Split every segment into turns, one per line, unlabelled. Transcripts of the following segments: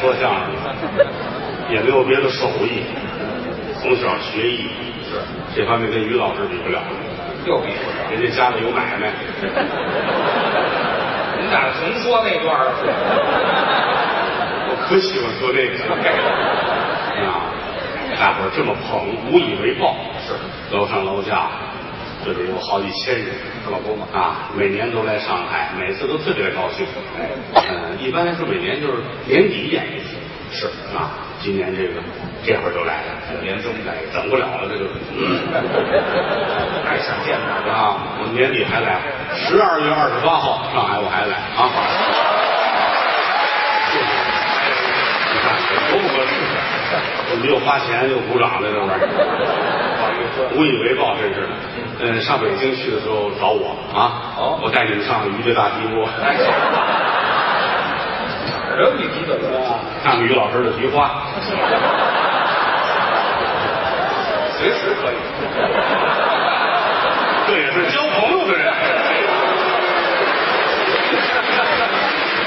说相声，也没有别的手艺，从小学艺，
是
这方面跟于老师比不了，
又比不上。
人家家里有买卖，
您咋重说那段儿？
我可喜欢说这个了。哎呀，大伙儿这么捧，无以为报。
是
楼上楼下，这里有好几千人，
老多吗？
啊，每年都来上海，每次都特别高兴。嗯，一般来说每年就是年底演一次。
是
啊，今年这个这会儿就来了，
年终
来等不了了，这就是、
太想见他了。
啊，我年底还来，十二月二十八号上海我还来啊。谢谢，你看多不合适，我们又花钱又鼓掌了，这玩意儿。
不好意思，
无以为报，真是的。嗯，上北京去的时候找我啊，
哦
我带你们上于家大提锅，
哎，哪儿有你提的歌啊？
看看于老师的菊花。
随时可以。
这也是交朋友的人。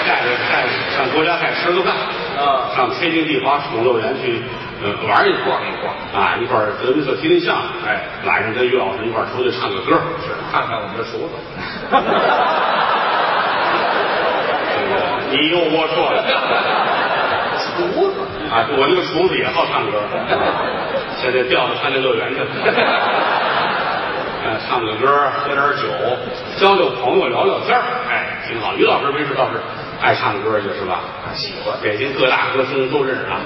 带着带着上国家菜吃个饭，
啊
上天津地华宠物乐园去，呃，玩一逛一逛啊，一块儿德云社麒麟相声，
哎
晚上跟于老师一块儿出去唱个歌，
是看看我们的熟子。
你又龌龊了
厨子，
啊！我那个厨子也好唱歌，现在调到山林乐园去了。呃，唱个歌，喝点酒，交交朋友，聊聊天儿哎，挺好。于老师为是倒是爱唱歌去是吧？
喜欢
北京各大歌星都认识啊。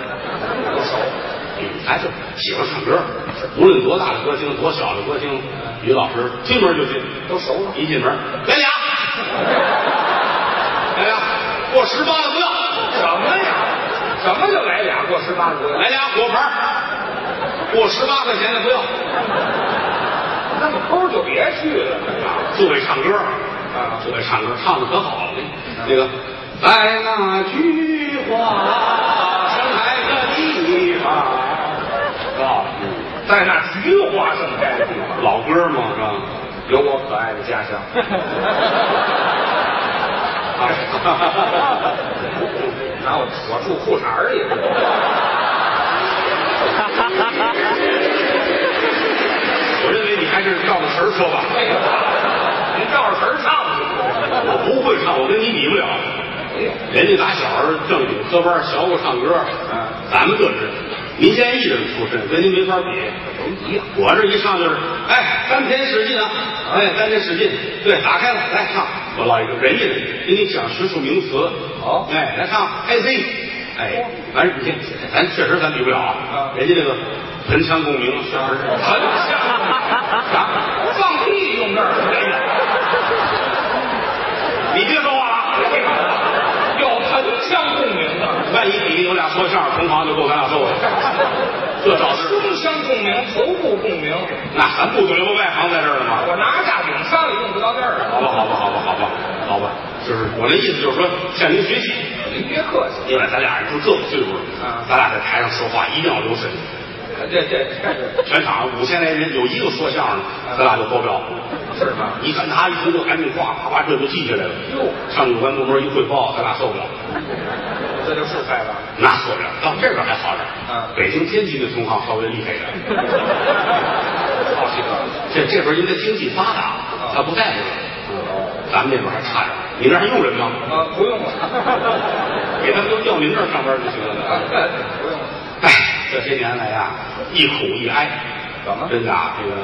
都熟。
嗯，还是喜欢唱歌，无论多大的歌星，多小的歌星，于老师进门就进，
都熟了
一进门来俩，来俩，过十八的不要，
什么呀？什么就来俩过十八的
来俩果盘儿，过十八块钱的不要，
那么抠就别去了
就会唱歌，
啊
就会唱歌，唱的可好了，那那个在那菊花盛开的地方，啊，
在那菊花盛开的地方，
老歌嘛是吧？
有我可爱的家乡。
哎啊。
然后我住裤衩儿里，
我认为你还是照着词儿说吧。
您哎照着词儿唱去。
我不会唱，我跟你比不了。
哎
人家打小儿正经科班儿学过唱歌，咱们这是民间艺人出身，跟您没法比。
一样
我这一唱就是，哎，丹田使劲啊，哎，丹田使劲，对，打开了，来唱。我老一个人家给你讲学术名词，
好
哎，来唱 AC，哎，完事儿你看，咱确实咱比不了啊，人家这个盆腔共鸣确实是。
很像啊，放屁用这儿，
你别说话了。
有盆腔共鸣的，
万一你有俩说相声同行就够咱俩揍了，这倒是。
胸腔共鸣，头部共鸣。
那咱不就留个外行在这儿了吗？
我拿大饼上也用不到这儿
好
啊，
吧，好吧，好吧，好吧，好吧，就是我那意思就是说向您学习，
您别客气。
因为咱俩人都这个岁数了
啊，
咱俩在台上说话一定要留神。
这这这
全场五千来人有一个说相声的，咱俩就高标了。
这是吗？
你看他一听就赶紧哗哗哗这就记下来了
哟。
上有关部门一汇报，咱俩受不了，
这就是菜吧？
那受不了。到这边还好点
啊
儿，北京、天津的同行稍微厉害一点。
好习惯。
这这边因为经济发达，他不在乎。咱们那边还差点，你那还用人吗？
啊，不用了，
给他们都调您这儿上班就行了。
不用了。
哎，这些年来啊，一苦一哀，
怎么
真的啊，这个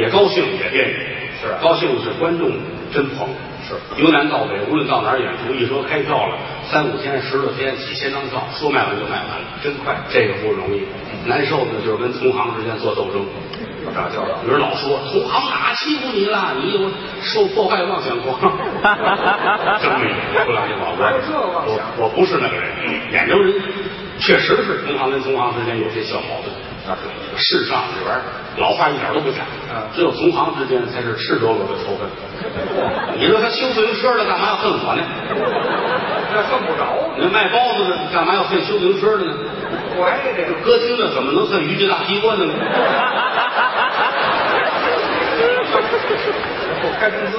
也高兴也别扭。
是啊
高兴的是观众真捧，
是
由南到北，无论到哪儿演出，一说开票了，三五天、十六天、几千张票，说卖完就卖完了，
真快
这个不容易。难受的就是跟同行之间做斗争。
又打交道。
有人老说同行哪欺负你了，你有受破坏妄想狂， 真没有，不良心话，
还有这妄
我
想
我我不是那个人，眼睛人确实是同行跟同行之间有些小矛盾。
那是
世上这玩意儿老话一点都不假
嗯，
只有同行之间才是赤裸裸的仇恨。你说他修自行车的干嘛要恨我呢？
那恨不着，
那卖包子的干嘛要恨修自行车的呢？
我还得这
歌厅的怎么能恨于家大皮官呢？
我开工资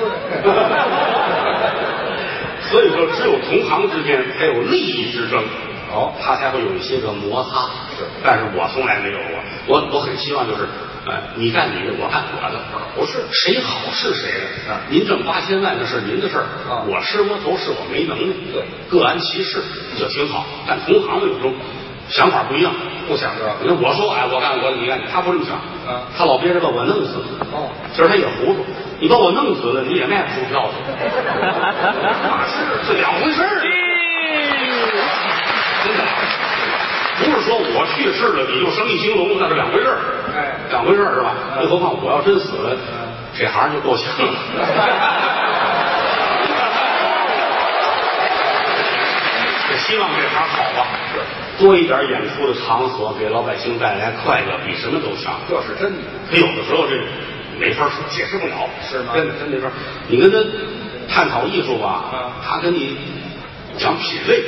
所以说，只有同行之间才有利益之争。
哦
它才会有一些个摩擦。
是
但是我从来没有过，我我很希望就是，呃，你干你的，我干我的，
不是
谁好是谁的。
啊
您挣八千万这是您的事儿，
啊
我吃窝头是我没能力，
对，
各安其事就挺好。但同行有时候想法不一样，
不想这
你看我说哎，我干我的，你干你，他不这么想，
啊
他老憋着把我弄死，
哦，
今儿他也糊涂，你把我弄死了，你也卖不出票去，啊是是两回事儿。啊真的，啊不是说我去世了你就生意兴隆，那是两回事儿，
哎
两回事儿是吧？更何况我要真死了，这行就够呛
嗯
了。希望这行好吧，多一点演出的场所，给老百姓带来快乐，比什么都强。
这是真的。
他有的时候这没法说，解释不了，
是吗
真的真没法。你跟他探讨艺术吧，
啊
他跟你讲品味，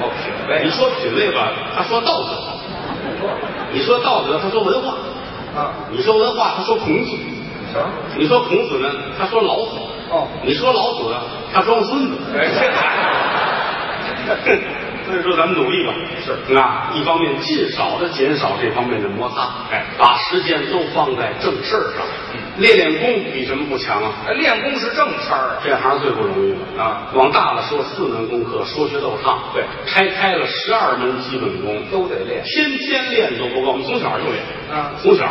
哦，品
你
味
说品味吧，他说道德；你说道德，他说文化；
啊，
你说文化，他说孔子；
行，
你说孔子呢，他说老子；
哦，哎
你说老子，他装孙子。
啊
所以说，咱们努力吧。是啊，一方面尽少的减少这方面的摩擦，
哎嗯
把时间都放在正事儿上，练练功比什么不强啊？
哎练功是正事儿
这行最不容易了
啊！
往大了说，四门功课，说学逗唱，
对
拆开了十二门基本功，
都得练
天天练都不够，我们从小就练
啊
从小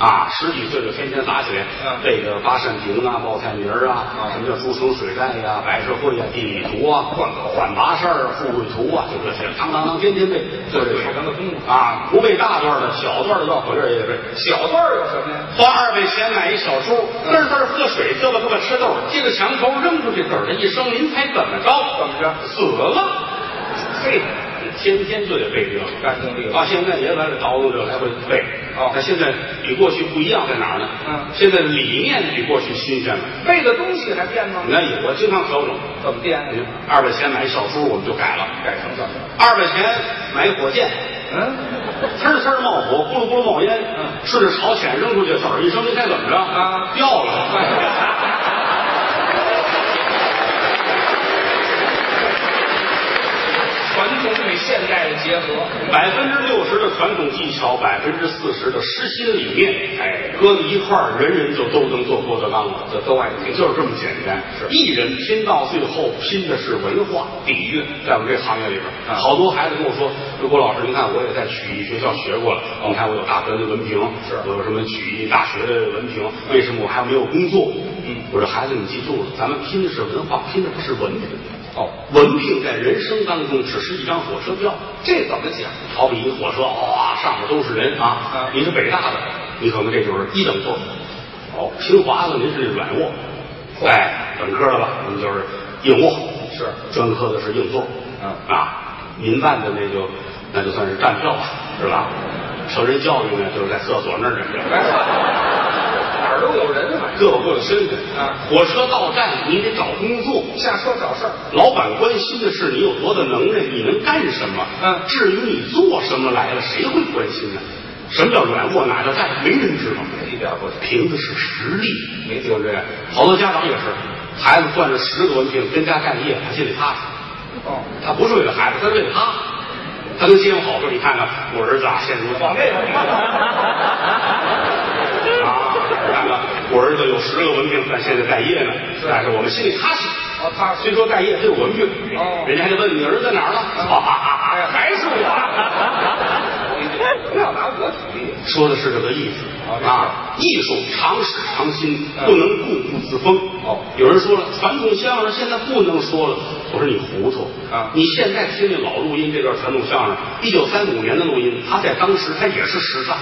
啊，十几岁就天天打起来，
嗯
背个八扇屏啊、报菜名儿啊，
啊
什么叫诸城水寨呀、百事会呀、地理图啊、
换口
换八事儿、富贵图啊，就这些，当当当，天天背，就这
对
事儿
咱们功夫
啊，不背大段的，小段的绕口令儿也得背。
小段儿有什么呀？
花二位钱买一小猪，咯儿咯儿喝水，嘚了不个吃豆，接着墙头扔出去，嘚儿的一声，您猜怎么着？
怎么着
死了！
嘿，
天天就得背这个。
干净利
到
落。
现在也把这倒腾这还会背。啊
哦
但现在比过去不一样在哪儿呢？
嗯
现在理念比过去新鲜了。
背的东西还变吗
你？看，我经常调整，
怎么变？
哎二百钱买一小猪，我们就改了；
改成什么？
二百钱买一火箭，
嗯，
呲儿呲儿冒火，咕噜咕噜冒烟，
嗯
顺着朝鲜扔出去，嗖一声，您猜怎么着？
啊
掉了。
传统与现代的结合，
百分之六十的传统技巧，百分之四十的实心理念，哎，搁在一块儿，人人就都能做郭德纲了，
这都爱听
就是这么简单。
是
艺人拼到最后拼的是文化底蕴，在我们这行业里边，
啊
好多孩子跟我说：“说郭老师，您看我也在曲艺学校学过了，你看我有大学的文凭，
哦是
我有什么曲艺大学的文凭，为什么我还没有工作？”
嗯
我说孩子，你记住了，咱们拼的是文化，拼的不是文凭。
哦，
文凭在人生当中只是一张火车票。
这怎么讲？
好比一火车，哇、上面都是人啊
啊！
你是北大的，你可能这就是一等座；哦，清华的您是软卧，哎，本科的吧，我们就是硬卧；
是
专科的是硬座，
嗯
啊，民办的那就那就算是站票吧，是吧？成人教育呢，就是在厕所那儿这
哎，哪儿都有人，反正
各有各的身份
啊
火车到站，你得找工作，
下车找事儿。
老板关心的是你有多大能耐，你能干什么。
嗯
至于你做什么来了，谁会关心呢？什么叫软卧哪叫站？没人知道。
一点不行。
凭的是实力，
没
对
错
不对？好多家长也是，孩子攥着十个文凭跟家干业，他心里踏实。
哦，
他不是为了孩子，他是为了他。他跟街坊好说：“你看看我儿子啊，现如今
往那边。
啊，看看我儿子有十个文凭，但现在待业呢。
是
但是我们心里踏实。
哦，他
啊虽说待业，他有文凭，
哦
人家还得问你儿子在哪儿了，
哎
啊还是我。
你不要拿我举例。
说的是这个意
哦
思
这
啊，艺术常识常新，
嗯
不能固步自封。
哦
有人说了，传统相声现在不能说了，我说你糊涂
啊
你现在听听老录音这段传统相声，一九三五年的录音，它在当时它也是时尚。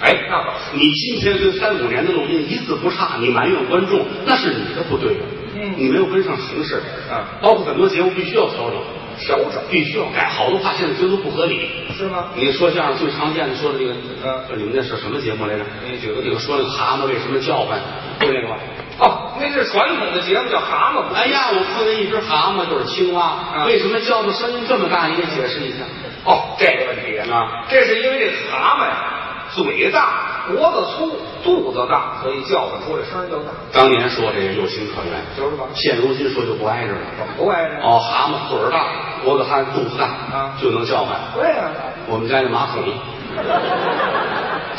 哎，那倒是。
你今天跟三五年的录音一字不差，你埋怨观众，那是你的不对了。
嗯
你没有跟上形势。
嗯
包括很多节目必须要调整，
调整
必须要改，好多话现在觉得不合理。
是吗？
你说相声最常见的说的这个，呃
嗯
你们那是什么节目来着？
你举个
那
例
个说那个蛤蟆为什么叫唤，就那个吧。
哦，那是传统的节目叫蛤蟆，
哎呀，我碰见一只蛤蟆就是青蛙，
嗯
为什么叫的声音这么大？你给解释一下。
哦，这个问题
啊，
这是因为这蛤蟆呀，嘴大，脖子粗，肚子大，所以叫唤出来声儿就大，
当年说这个有情可原，
就是吧？
现如今说就不挨着了。
怎么不挨着？
哦哦，蛤蟆腿儿大，脖子汗、肚子汗
啊
就能叫唤。
对啊呀、
我们家那马桶，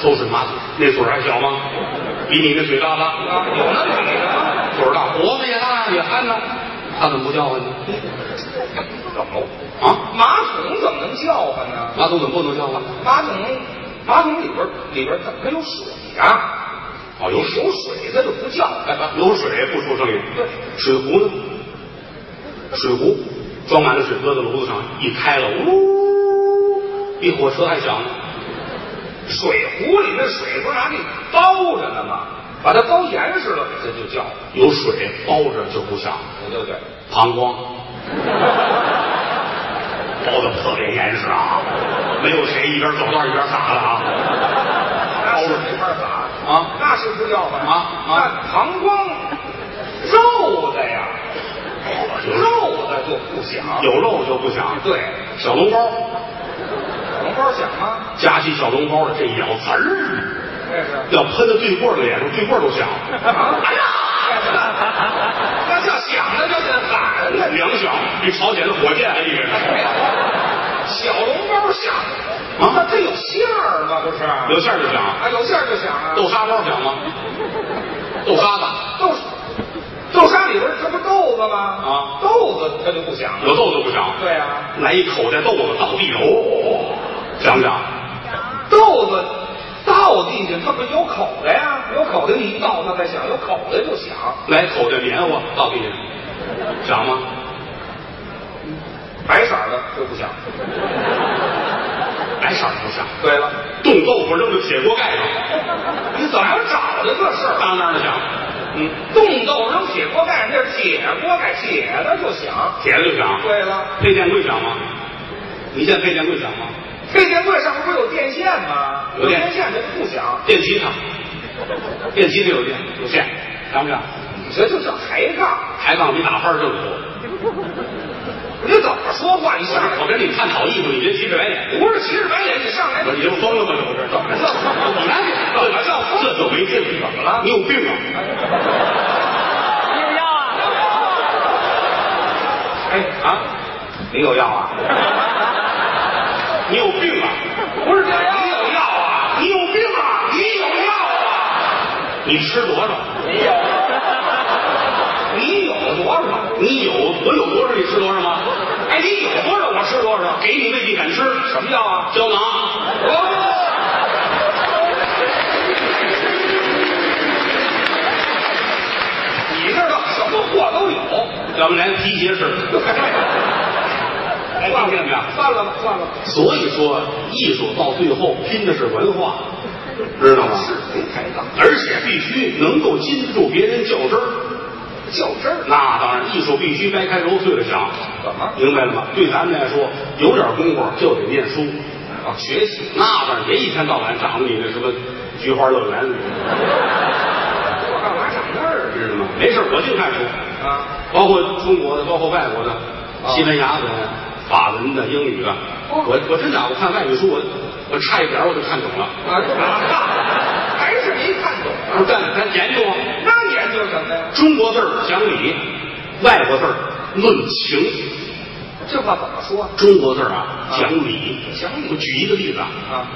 抽水马桶，那水还小吗？比你那水大吧？
啊，有那么理吗？
水大，脖子也大也憨呢，他怎么不叫唤呢？
怎么了？
啊，
马桶怎么能叫唤呢？
马桶怎么不能叫唤？
马桶，马桶里边里边怎么有水啊？
哦，有水，
有水它就不叫。
哎，有水不出声音。
对，
水壶呢？水壶装满了水，搁在炉子上一开了，呜，比火车还响。
水壶里那水不是拿这包着呢吗？把它包严实了，这就叫，
有水包着就不响，
对不对？
膀胱 包的特别严实啊，没有谁一边走道一边撒的啊。
那是没法撒
啊
那是不叫吧？
啊啊
那膀胱肉的呀，
有
肉的就不响。
啊有肉就不响。
对，
小笼包，
红包响吗？
夹起小笼包的这一咬，滋儿，
这是。
要喷到对过的脸上，对过都响。
哎呀，那叫响了，这是喊了。
两响，比朝鲜的火箭还厉害。
小笼包响，
啊
那这有馅儿吗？不是，
有馅儿就响。
啊，有馅儿就响啊。
豆沙包响吗？豆沙子
豆豆沙里边这不豆子吗？
啊
豆子它就不响了。
有豆就不响。
对啊，
来一口袋豆子倒地上，哦响不响？
豆子倒地去，它不有口袋呀？有口袋你一倒它才响，有口袋就响。
来一口袋棉花倒地上，响吗？
白色儿的就不响。
白色儿不响。
对了，
冻豆腐扔到铁锅盖上，
你怎么找的这事儿？啊
当当的响。嗯，
冻豆扔铁锅盖，那是铁锅盖，铁的就响。
铁的就响。
对了，
配电柜响吗？你现在配电柜响吗？
配电柜上面不是有电线吗？
有电
电线它就不响，
电吉他，电吉他有电有线，响不响？
你这就叫抬杠。
抬杠比打花正多。
你怎么说话？你上来
我跟你探讨艺术，你别急着白眼。
不是骑着白眼，你上来
我说
就
你这不疯了吗？这不是怎么
了
你来，
怎么叫疯
这就没劲了。
怎么了
你有病啊！
你有药啊？
哎啊，你有药啊？
你有病啊！
不是，你有药啊？
你有病啊！
你有药啊？
你吃多少？
你有多少？
你有我有多少？你吃多少吗？
哎，你有多少？我吃多少？
给你未必敢吃。
什么药啊？
胶囊，
哦，你这倒什么货都有。
要不然皮鞋是。哎，听见没有？
算了吧，算了吧。
所以说，艺术到最后拼的是文化，知道吗？
是没抬杠，
而且必须能够禁得住别人较真儿。
较真儿。
那当然，艺术必须掰开揉碎了想，
怎么
明白了吗？对咱们来说，有点功夫就得念书。
啊？学习
那当然，别一天到晚长着你那什么菊花乐园，
我干嘛上那儿去
知道吗？没事，我净看书，
啊？
包括中国的，包括外国的，
啊
西班牙的、法文的、英语的。
哦
我我真的，啊我看外语书，我我差一点我就看懂了。
啊，还是没看懂。
不是但咱研究啊，
那研究什么呀？
中国字儿讲理，外国字儿论情。
这话怎么说？
中国字儿啊，
啊
讲理。
讲理
我举一个例子
啊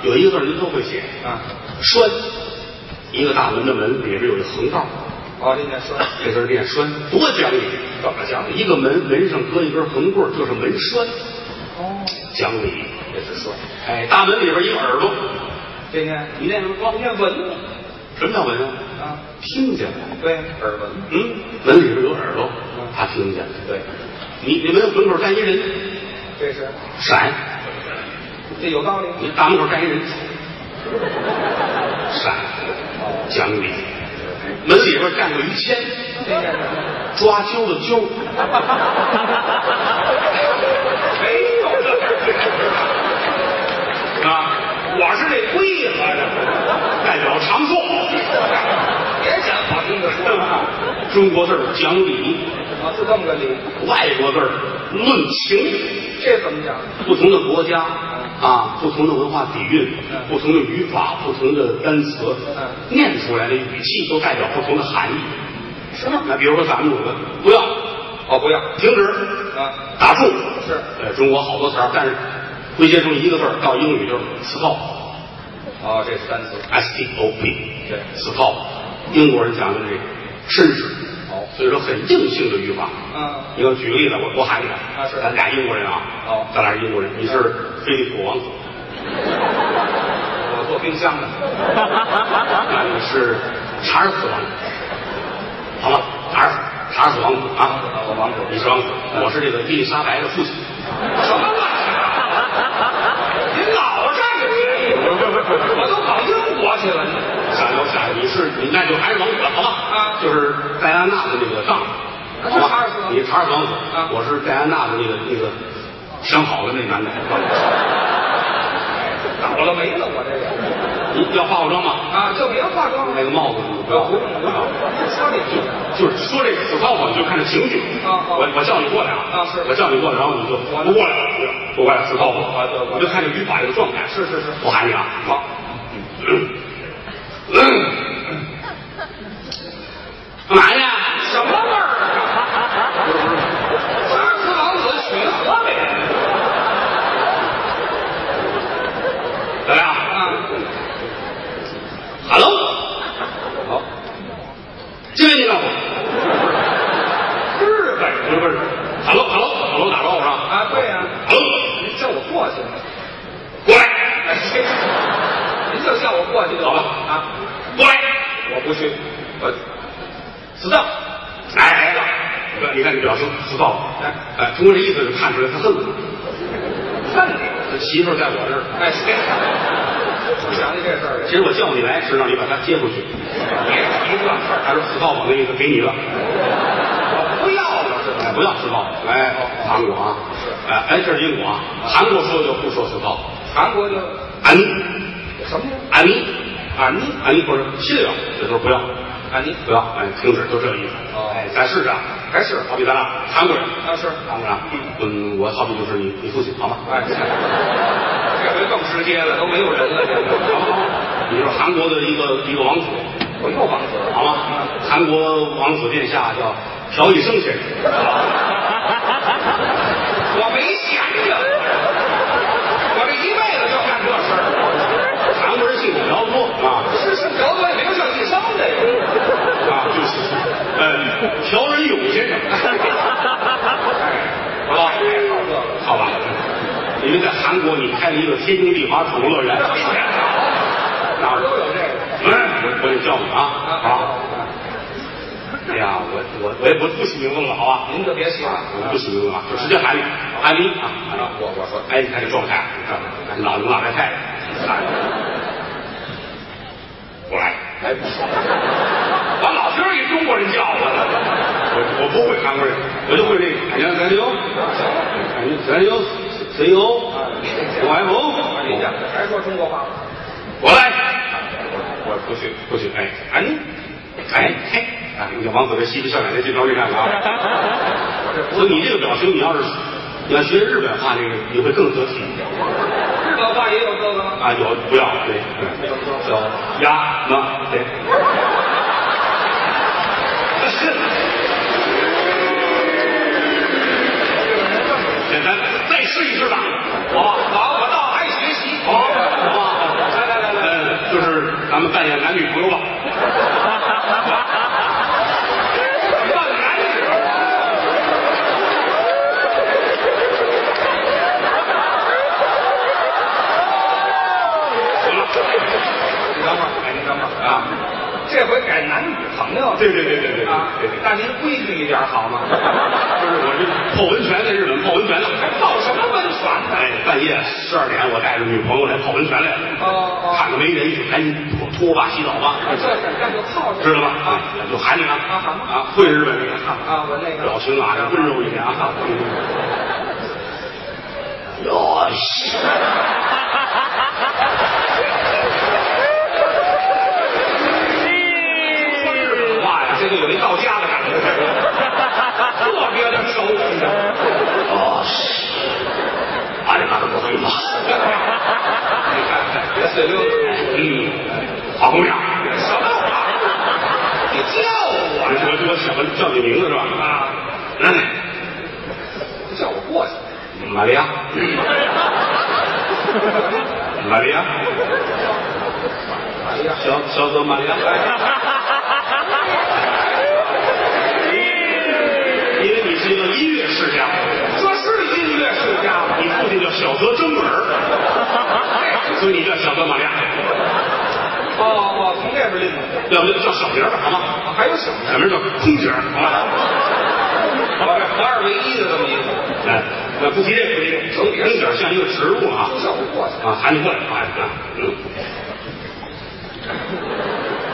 有一个字儿您都会写，
啊，
栓，一个大门的门里边有一横道，
哦，这念说
这字儿念栓，多讲理。
怎么讲？
一个门门上搁一根横棍儿，就是门栓，
哦，
讲理。
这是说，
哎，大门里边一个耳朵，
这念
你念什么光？
念文
什么叫闻啊？
啊，
听见了。
对，耳闻。
嗯，门里边有耳朵
嗯，
他听见了。
对，
你你门门口站一人，
这是
闪，
这有道理。
你大门口站一人，闪，讲理。门里边站过于谦，
这念什么？
抓阄的阄，
没有
啊，我是这龟和的，代表长寿。
别讲好听的说
嗯
了，
中国字儿讲理，
啊，是这么个理。
外国字儿论情。
这怎么讲？
不同的国家啊，不同的文化底蕴，
嗯
不同的语法，不同的单词，
嗯
念出来的语气都代表不同的含义。是吗？那比如说咱们有的不要，
哦，不要
停止，
啊，
打住，
是是
呃，中国好多词儿，但是归结成一个字儿，到英语就是 stop。
哦，这三次
S T O P，
对
，stop，英国人讲究这个绅士，
哦
所以说很硬性的语法。
嗯
你看，举个例子，我我喊你来，
啊是
咱俩英国人啊，
哦
咱俩英国人，你是菲利普王子，
啊
我做冰箱的，那你是查尔斯王子，好吗？查尔斯，查尔斯王子啊，
我王子
你是王子，我是这个伊丽莎白的父亲。
什么乱七八糟？您老上这去，我都跑英国去了，你
下流下流，你是你那就还是王子，好吧？
啊
就是戴安娜的那个丈夫，
啊
好吧
这查尔斯王子
你是查尔斯王子，
啊
我是戴安娜的那个那个相好的那男的。
倒了霉了，我这个
你要化化妆吗？
啊，就别化妆
那
了，
个帽子你不要
我不用不用，说你去
就是说这个死操，我就看这情绪。
啊好
我我叫你过来啊
啊是
我叫你过来，然后你就
我
不过来了，不过来死操我
啊对对
我就看这语法这个状态。
是是是
我喊你啊，
好，
嗯，嗯，干嘛去？
什么味儿啊？查尔斯王子娶河北人，
怎么样？
啊
，Hello，
好，
这位你好，不
日本人
是不是，Hello，Hello，Hello 打招呼啊
啊，对呀、
，Hello，
您叫我过去了，
过来，
哎，这您就叫我过去就
好吧
啊，
过来，
我不去，我死当。
哎哎哎，你看你看这表情，知道了，哎哎，通过这意思就看出来他恨我，
恨你！
他媳妇儿在我这儿，
哎，谁我想起这事儿来
其，实我叫你来是让你把她接回去，
别提这事儿，
他说知道我那意思给你了，
我不要了是
哎
吧？
不要知道，哎，韩国啊，哎哎这是英国啊，韩国说就不说知道，
韩国就
俺
什么呀？
俺俺俺或者信了，这都是不要。
啊，你
不要，哎，停止，就这意思。
哦
哎，咱试试啊，
还是
好比咱俩韩国人，
啊是
韩国人啊，嗯，我好比就是你你父亲，好吗？
哎，这回更直接了，都没有人了，这
好
个
好好，你是韩国的一个一个王子，
我又王子了，
好吗？韩国王子殿下叫朴医生先生，
我没想想，我这一辈子就干这事儿，
韩国人姓朴多啊
是是得罪没有叫一生的呀？
啊，就是，呃，朴仁勇先生， 好吧？
哎
好吧，因为在韩国你开了一个天津丽华宠物乐园，哪
哪
儿
儿都有这个。
嗯，我我得叫你啊，
啊
好吧。哎呀，我我我也不不起名字了，好吧？
您就别去了，
我不起名字了，就直接喊你，喊你啊！
啊我我说
哎，你看这状态，啊老能老白菜，啊过来，
哎，不说了
我老听一中国人叫我了，我我不会韩国人，我就会这个，哎呀，咱有，哎呀，咱有，谁有？
啊，你这
我还不，
你这还说中国话吗？
我来，
我不去。
过去，哎，哎，哎，嘿，啊，你看王子这嬉皮笑脸的这招你看看啊。所以你这个表情，你要是你要学日本话，这个你会更得体
日本话也有这个吗？
啊。有不要对，嗯叫鸭么对。 简单，再试一试吧，好吧，
好，我倒爱学习。
好吧，好吧，
来来来来，
嗯，就是咱们扮演男女朋友吧。
扮男女。
行了，
你等会儿，哎，你等会儿
啊，
这回改男女朋友。
对对对对对对
啊
对对，，
那您规矩一点好 吗？
就是我这泡温泉在日本泡温泉呢。
还泡什么温泉呢？
哎，半夜十二点，我带着女朋友来泡温泉来了。
哦哦
看看没人，就赶紧脱脱吧，洗澡吧，
这是那就泡
知道吧？
啊
哎，就喊你啊
啊喊吗
啊，会日本语啊，
啊，我那个
表情啊，要温柔一点啊。哟西，说日本话呀，
这就有一到家的感觉，特别的熟悉。
哟西，俺俩都不会吧？
别随溜达，
嗯，好姑娘，
什么话？你叫
我
我
我我想叫你名字是吧？
啊，
嗯，
叫我过去。
嗯，玛利亚，玛利亚，
哎呀，
小小泽玛利亚，因为你是一个音乐世家，
这是音乐世家吗？
你父亲叫小泽征尔，所以你叫小泽玛利亚，
哦哦，从这边拎的，
要不就叫小名儿吧，好吗？
啊还有什么呀？
小名叫空姐儿，好吧？
我这合二为一的这么一个，
哎，那不提这个，不提这个，空姐儿像一个植物啊。
都叫我过去
啊，喊你过来，哎啊，嗯，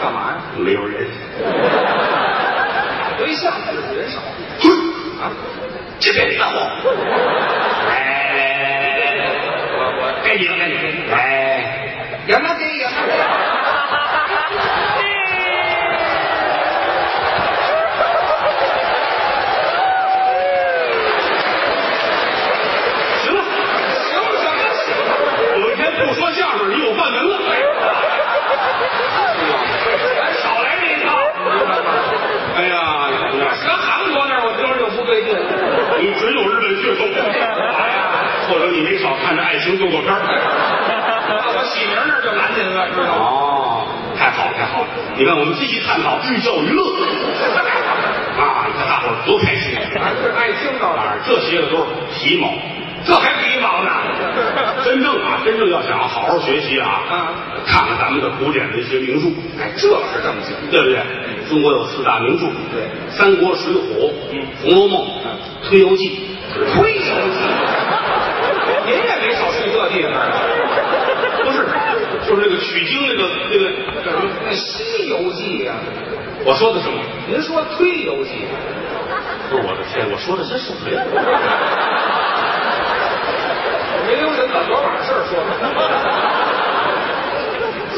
干嘛呀？
没有人，
我一下子人少
滚，
啊，
这边你干活。来来来来来来，该你了，该你了，来，
也那给也那给，
行了，
行什么行？
有一天不说相声，你有范文了。咱少来这一套。哎呀，
搁韩国那儿我听着就不对劲，
你准有日本血统。哎呀，或者你没少看这爱情动作片儿。
那我起名那儿就难您了，知道吗？
哦，太好了太好了！你看，我们积极探讨寓教于乐啊！你看大伙儿多开心啊！
还是爱听到哪
哪
儿
儿这些个都是皮毛，
这还皮毛呢？
真正啊，真正要想好好学习啊，
啊
看看咱们的古典文学名著，
哎，这是正经。
对不对？中国有四大名著，
对
三国、水浒、
嗯
红楼梦、推游记》。
推油记，您也没少去这地方啊。
不是， 就是那个取经那个那个叫什么？
那《西游记》呀，
我说的什么？
您说推油记，
不是我的天，我说的真是对的。
没留神把昨晚事儿说了。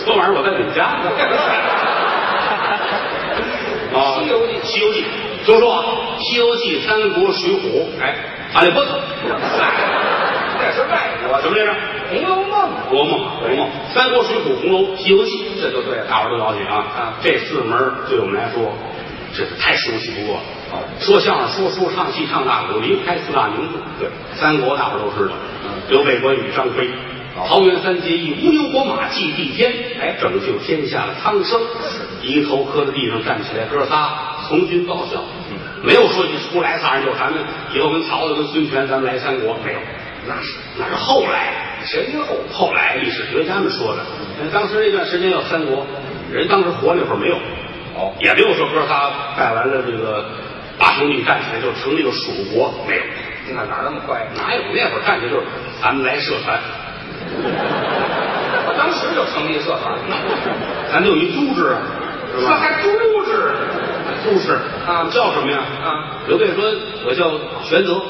昨晚上我在你们家。啊，
西游记
西游记》，听说啊，《西游记》《三国》《水浒》，
哎，
哈利波特，
那是外国
啊什
的
么来着？
《红楼梦》，
红楼梦，红楼梦，《三国》《水浒》《红楼》《西游记》，
这就对了。
大伙儿都了解啊。
啊
这四门儿对我们来说，真是太熟悉不过了。
哦
说相声、说书、唱戏、唱大鼓，离不开四大名著。
对，
三国大伙儿都知道，
嗯
刘备、关羽、张飞。
哦
桃园三结义，乌牛国马祭地天，哎，拯救天下的苍生，一个头磕在地上站起来，哥仨从军报效，
嗯
没有说你出来仨人就咱们以后跟曹操跟孙权咱们来三国没有，那是那是后来，
前因后果
后来历史学家们说的，当时那段时间要三国，人当时活那会儿没有，
哦
也没有说哥仨拜完了这个八兄弟站起来就成立了蜀国，没有，
那哪那么快？
哪有那会儿站起来就是咱们来社团，
我当时就成立社团了，
咱就有一组织啊，是
这
吧？
还组织？
组织
啊
叫什么呀？
啊，
刘备说我叫玄德，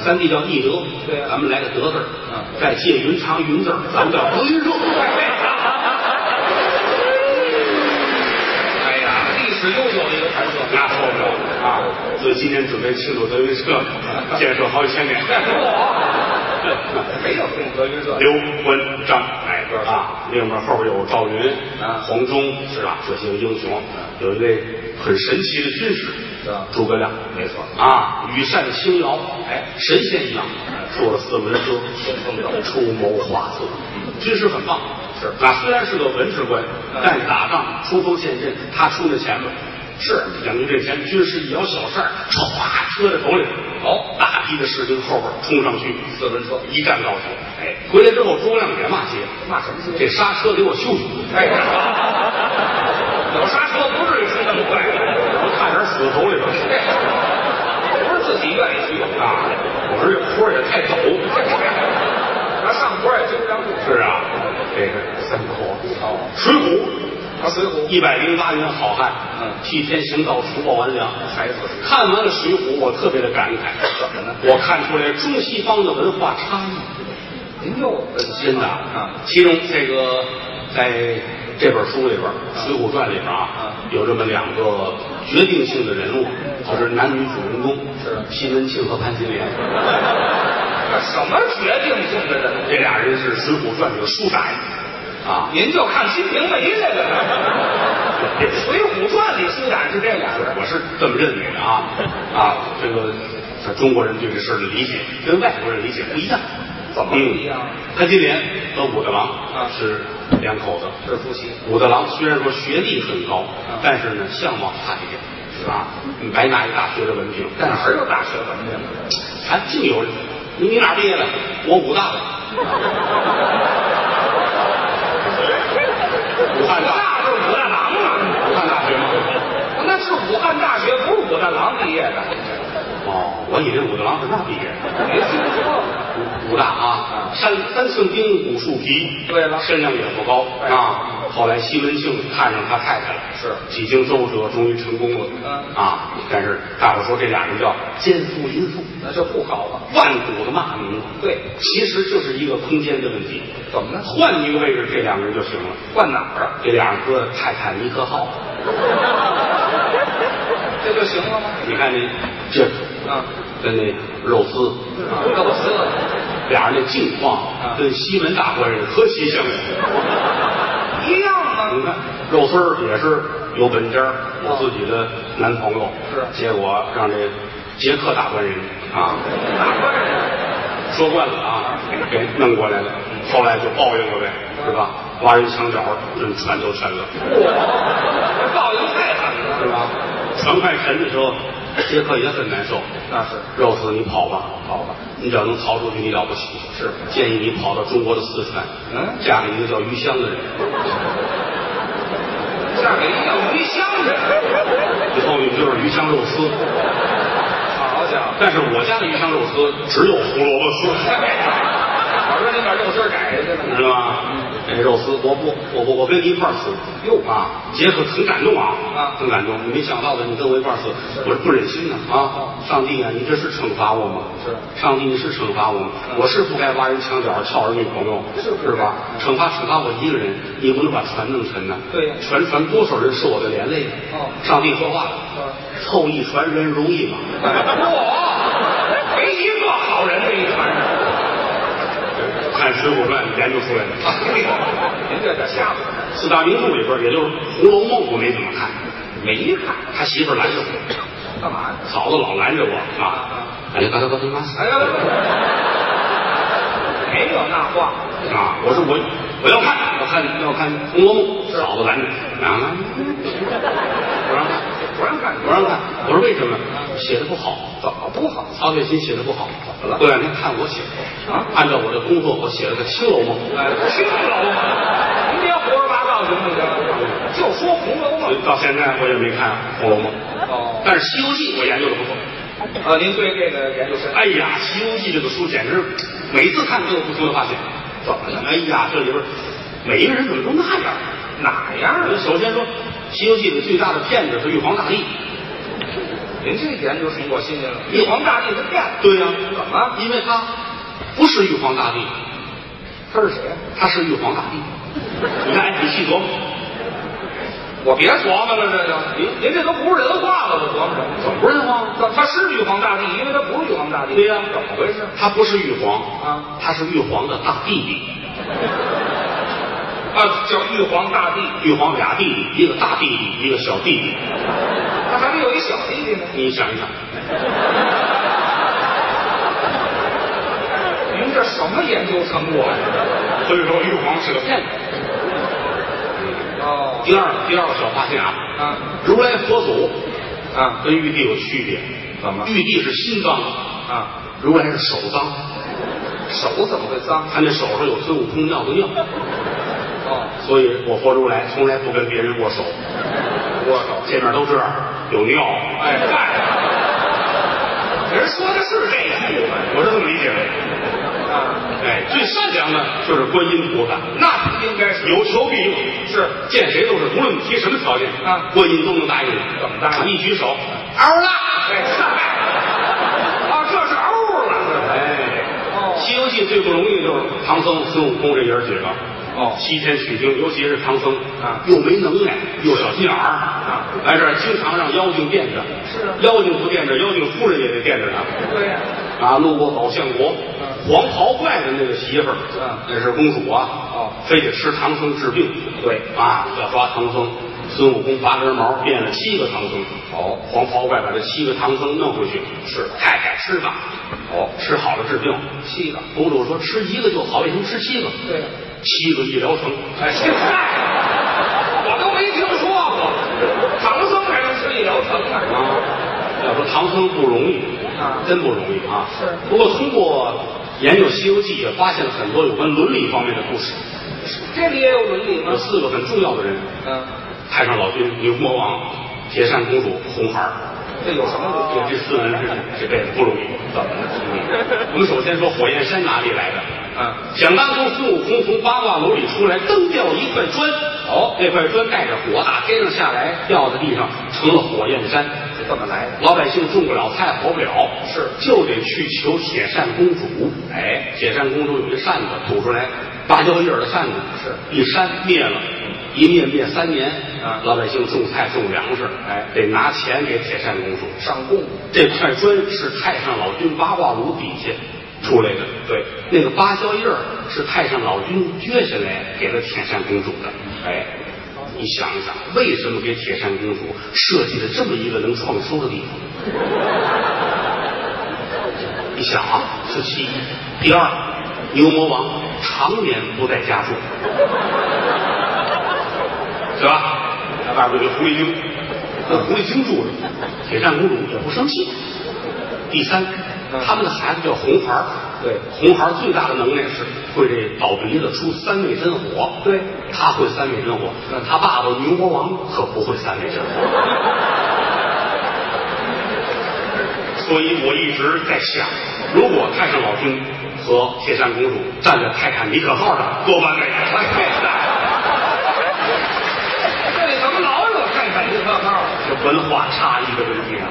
三弟叫义德，
对啊
咱们来个德字儿，啊
嗯
再借云长云字儿，咱们叫德云社。
哎呀，历史悠久的一个传说。
那错不了啊！所以今年准备庆祝德云社建设好几千年。
没有中德云社，
刘关张哎哥啊，另外后边有赵云、
啊
黄忠是吧？这些英雄，有一位很神奇的军师
是啊
诸葛亮，
没错
啊，羽扇轻摇，
哎
神仙一样，坐了四轮车，
兴风道
出谋划策，军师很棒。
嗯是
啊，虽然是个文职官，
嗯
但是打仗出锋陷阵，他出那前面。是，两军阵前，军师一摇小扇儿，歘搁在头里。
好
大批的士兵后边冲上去，
四轮车，
一干高手。哎，回来之后，诸葛亮也骂街，
骂什么
这
街？
刹车给我修修。
哎，有刹车不至于出那么快，
我差点死头里边去
不是自己愿意去，
啊！我说这坡也太陡。
那上坡也经常住。
是啊，这个三国、水浒，
他水浒
一百零八员好汉，
嗯
替天行道，除暴安良。
孩子
看完了《水浒》，我特别的感慨，
怎么呢
我看出来中西方的文化差异，
您又分析
呃真的。
啊？
其中这个在这本书里边，《水浒传》里边啊，有这么两个决定性的人物，就是男女主人公，
是
西门庆和潘金莲。
那什么决定性的人？
这俩人是《水浒传》里的书呆子啊，
您就看《金瓶梅》来了，《水浒传》里苏展是这俩人，
我是这么认为的啊啊，这个这中国人对这事儿的理解跟外国人理解不一样。
怎么不一样
嗯他今年和武大郎
啊
是两口子。
这是夫妻，
武大郎虽然说学历很高，但是呢相貌差一点，是吧？你白拿一大学的文凭，但
哪
是
儿有大学文凭？
还净有人，你你哪儿毕业的？我武大的。 武汉大，
那是武大郎啊！
武汉大学吗？
那是武汉大学，不是武大郎毕业的。
哦，我以为武大郎是那毕业的。
没听说
武武大啊，三三寸丁，五树皮。
对了
身量也不高
哎
啊。后来西门庆看上他太太了，
是
几经周折，终于成功了。
嗯
啊，但是大伙说这俩人叫奸夫淫妇，
那就不搞了。
万古的骂名。
对，
其实就是一个空间的问题。
怎么呢？
换一个位置，这两个人就行了。
换哪儿啊？
这俩人搁泰坦尼克号，
这就行了吗？
你看那这
啊，
跟那肉丝，
啊肉丝
俩人那境况
啊
跟西门大官人何其相似。
一样啊
你看肉丝儿也是有本家儿，有自己的男朋友，
是
结果让这捷克大官人啊
哪官人？
说惯了啊，给弄过来了，后来就报应了呗，是吧？挖人墙角，嗯，传都沉了，
我报应太狠了。
是吧？传快沉的时候，捷克也很难受。
那是
肉丝，你跑吧，
好吧？
你只要能逃出去，你了不起。
是
建议你跑到中国的四川，
嗯
嫁给一个叫于香的人，
嫁给一个鱼香人，
以后你就是鱼香肉丝。
好家伙！
但是我家的鱼香肉丝只有胡萝卜丝，
我说你把肉丝儿改下去了。
知道吗？那哎肉丝，我不，我不，我跟你一块儿吃。
哟
啊，杰克很感动啊，
啊
很感动。没想到的，你跟我一块儿吃，我是不忍心呢啊！上帝啊，你这是惩罚我吗？
哦是嗯
上帝，你是惩罚我吗？我是不该挖人墙角撬人女朋友，
是不
是吧？
该
惩罚惩罚我一个人，你不能把船弄沉呐。
对呀
船船多少人受我的连累啊！
哦
上帝说话了
嗯，
凑一船人容 易吗？
嚯，没一个好人这一船 上。
看《水浒传》研究出来的。
您这叫吓唬人，
四大名著里边，也就是《红楼梦》，我没怎么看。
没看
他媳妇儿拦着我，
干嘛呀？
嫂子老拦着我啊！哎，高高高兴吗？
哎呀，没有那话，
啊！我说我我要看，要看要看《红楼梦》，嫂子拦着啊！我让看，
不让看，
我让看。我说为什么？写的不好，
怎么不好
曹雪芹写的不好。
怎么了
过两天啊看我写的
啊
按照我的工作，我写了个《青楼梦》。
哎，青楼嘛，您别胡说八道行不行？就说红楼
所以
梦。
到现在我也没看《红楼梦》，
哦，
但是《西游记》我研究的不错。
啊，您对这个研究深？
哎呀，《西游记》这个书简直每次看都有不同的发现。
怎么了
哎呀，这里边每一个人怎么都那样？
哪样啊？
首先说，《西游记》里最大的骗子是玉皇大帝。
您这研究挺有新鲜了。玉皇大帝他骗子，
对呀、
怎么
因为他不是玉皇大帝，
他是谁呀？
他是玉皇大帝。你看，哎你细琢磨，
我别琢磨了，这就您您这都不是人话了，我琢磨着。
怎么不认话？
那他是玉皇大帝，因为他不是玉皇大帝。
对呀
怎么回事？
他不是玉皇
啊，
他是玉皇的大弟弟。
啊，叫玉皇大帝，
玉皇俩弟弟，一个大弟弟，一个小弟弟。
他还没有一小弟弟呢。
你想一想，
您这什么研究啊成果呀？
所以说玉皇是个骗
嗯
子。
啊哦
第二，第二个小发现啊，
啊
如来佛祖
啊，
跟玉帝有区别，
怎么
玉帝是心脏，
啊，
如来是手脏，
手怎么会脏？
他那手上有孙悟空尿的尿，
哦，
所以我佛如来从来不跟别人握手，
握手。
这面都这样有尿，
哎，嗨，人说的是这个部分
我是这么理解的。
啊，
哎，最善良的就是观音菩萨，
那应该是
有求必应，
是
见谁都是，无论提什么条件
啊
观音都能答应你。啊
怎么答应
一举手，嗷啦！
哎嗨，啊，这是欧了，
哎，
哦
《西游记》最不容易就是唐僧、孙悟空这爷儿几个。
哦
西天取经，尤其是唐僧
啊
又没能耐，又小心眼儿啊，来这儿经常让妖精惦着。
是啊
妖精不惦着，妖精夫人也得惦着他。
对呀，
啊，路过宝象国，黄袍怪的那个媳妇儿
嗯，
那是公主啊，
哦
非得吃唐僧治病。
对
啊，要抓唐僧，孙悟空拔根毛变了七个唐僧，
哦
黄袍怪把这七个唐僧弄回去，
是
太太吃吧，
哦
吃好了治病。
七个，
公主说吃一个就好，为什么吃七个？
对呀，
七个一疗程。
哎，这嗨，我都没听说过，唐僧还能吃一疗程
啊
呢？，
要说唐僧不容易
啊
真不容易啊。
是
不过通过研究《西游记》，也发现了很多有关伦理方面的故事。
这里也有伦理吗
有？四个很重要的人：
嗯，
太上老君、牛魔王、铁扇公主、红孩儿。
这有什么伦
这这四个人是这辈子不容易。
怎么了？
嗯我们首先说火焰山哪里来的？
嗯，
想当初孙悟空从八卦楼里出来，蹬掉一块砖，
哦
那块砖带着火打天上下来，掉在地上成了火焰山。
是这么来的。
老百姓种不了菜，活不了，
是
就得去求铁扇公主。哎，铁扇公主有一扇子吐出来芭蕉叶儿的扇子，
是
一扇灭了，一灭灭三年。
啊
老百姓种菜种粮食，
哎
得拿钱给铁扇公主。
上供，
这块砖是太上老君八卦炉底下出来的，
对，
那个芭蕉叶儿是太上老君撅下来给了铁扇公主的。
哎，
你想一想，为什么给铁扇公主设计了这么一个能创收的地方？ 你想啊，是其一。第二，牛魔王常年不在家住，是吧？在外边有狐狸精，那狐狸精住着，铁扇公主也不生气。第三，他们的孩子叫红孩儿。
嗯对
红孩儿最大的能耐是会这倒鼻子出三昧真火。
对嗯
他会三昧真火，那他爸爸牛魔王可不会三昧真火。 所以我一直在想，如果太上老君和铁扇公主站在泰坦尼克号上，多完美！
这里怎么老有看看一个号？
这文化差异的问题啊，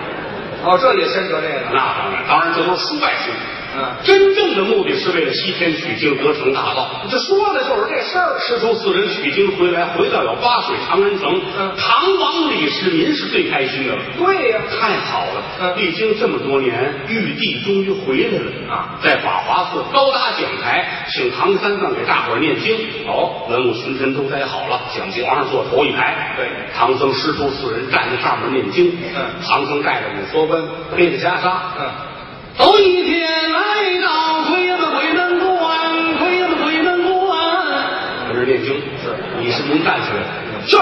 哦，这也牵扯这
那
个。
当然，当然这都是书外书。
嗯
真正的目的是为了西天取经，得成大道。
这说的就是这事儿。
师徒四人取经回来，回到了巴水长安城。
嗯
唐王李世民是最开心的了。
对呀、
太好了！
嗯
历经这么多年，玉帝终于回来了
啊！
在法华寺高搭讲台，请唐三藏给大伙儿念经。哦，文武群臣都待好了，讲经。皇上坐头一排，
对
唐僧师徒四人站在上面念经。
嗯
唐僧带着五佛班，背着袈裟，
嗯，
头一天来到推子鬼门关，推子鬼门关，在这儿念经。
是
李世民站起来，是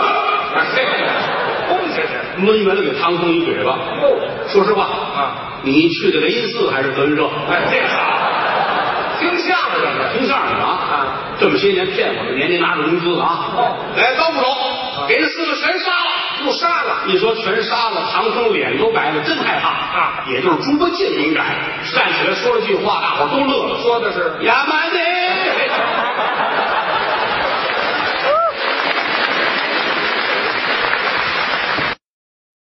恭喜去。
抡圆了给唐僧一嘴巴。
哟，
说实话
啊，
你去的雷音寺还是德云社？
哎，这好，听相声的。
听相声的啊，
啊
这么些年骗我的年年拿着工资啊，
哦
来高副手，给这四个全杀了。
又杀了，
一说全杀了，唐僧脸都白了，真害怕
啊！
也就是猪八戒敏感，站起来说了句话，大伙儿都乐了，
说的是
亚门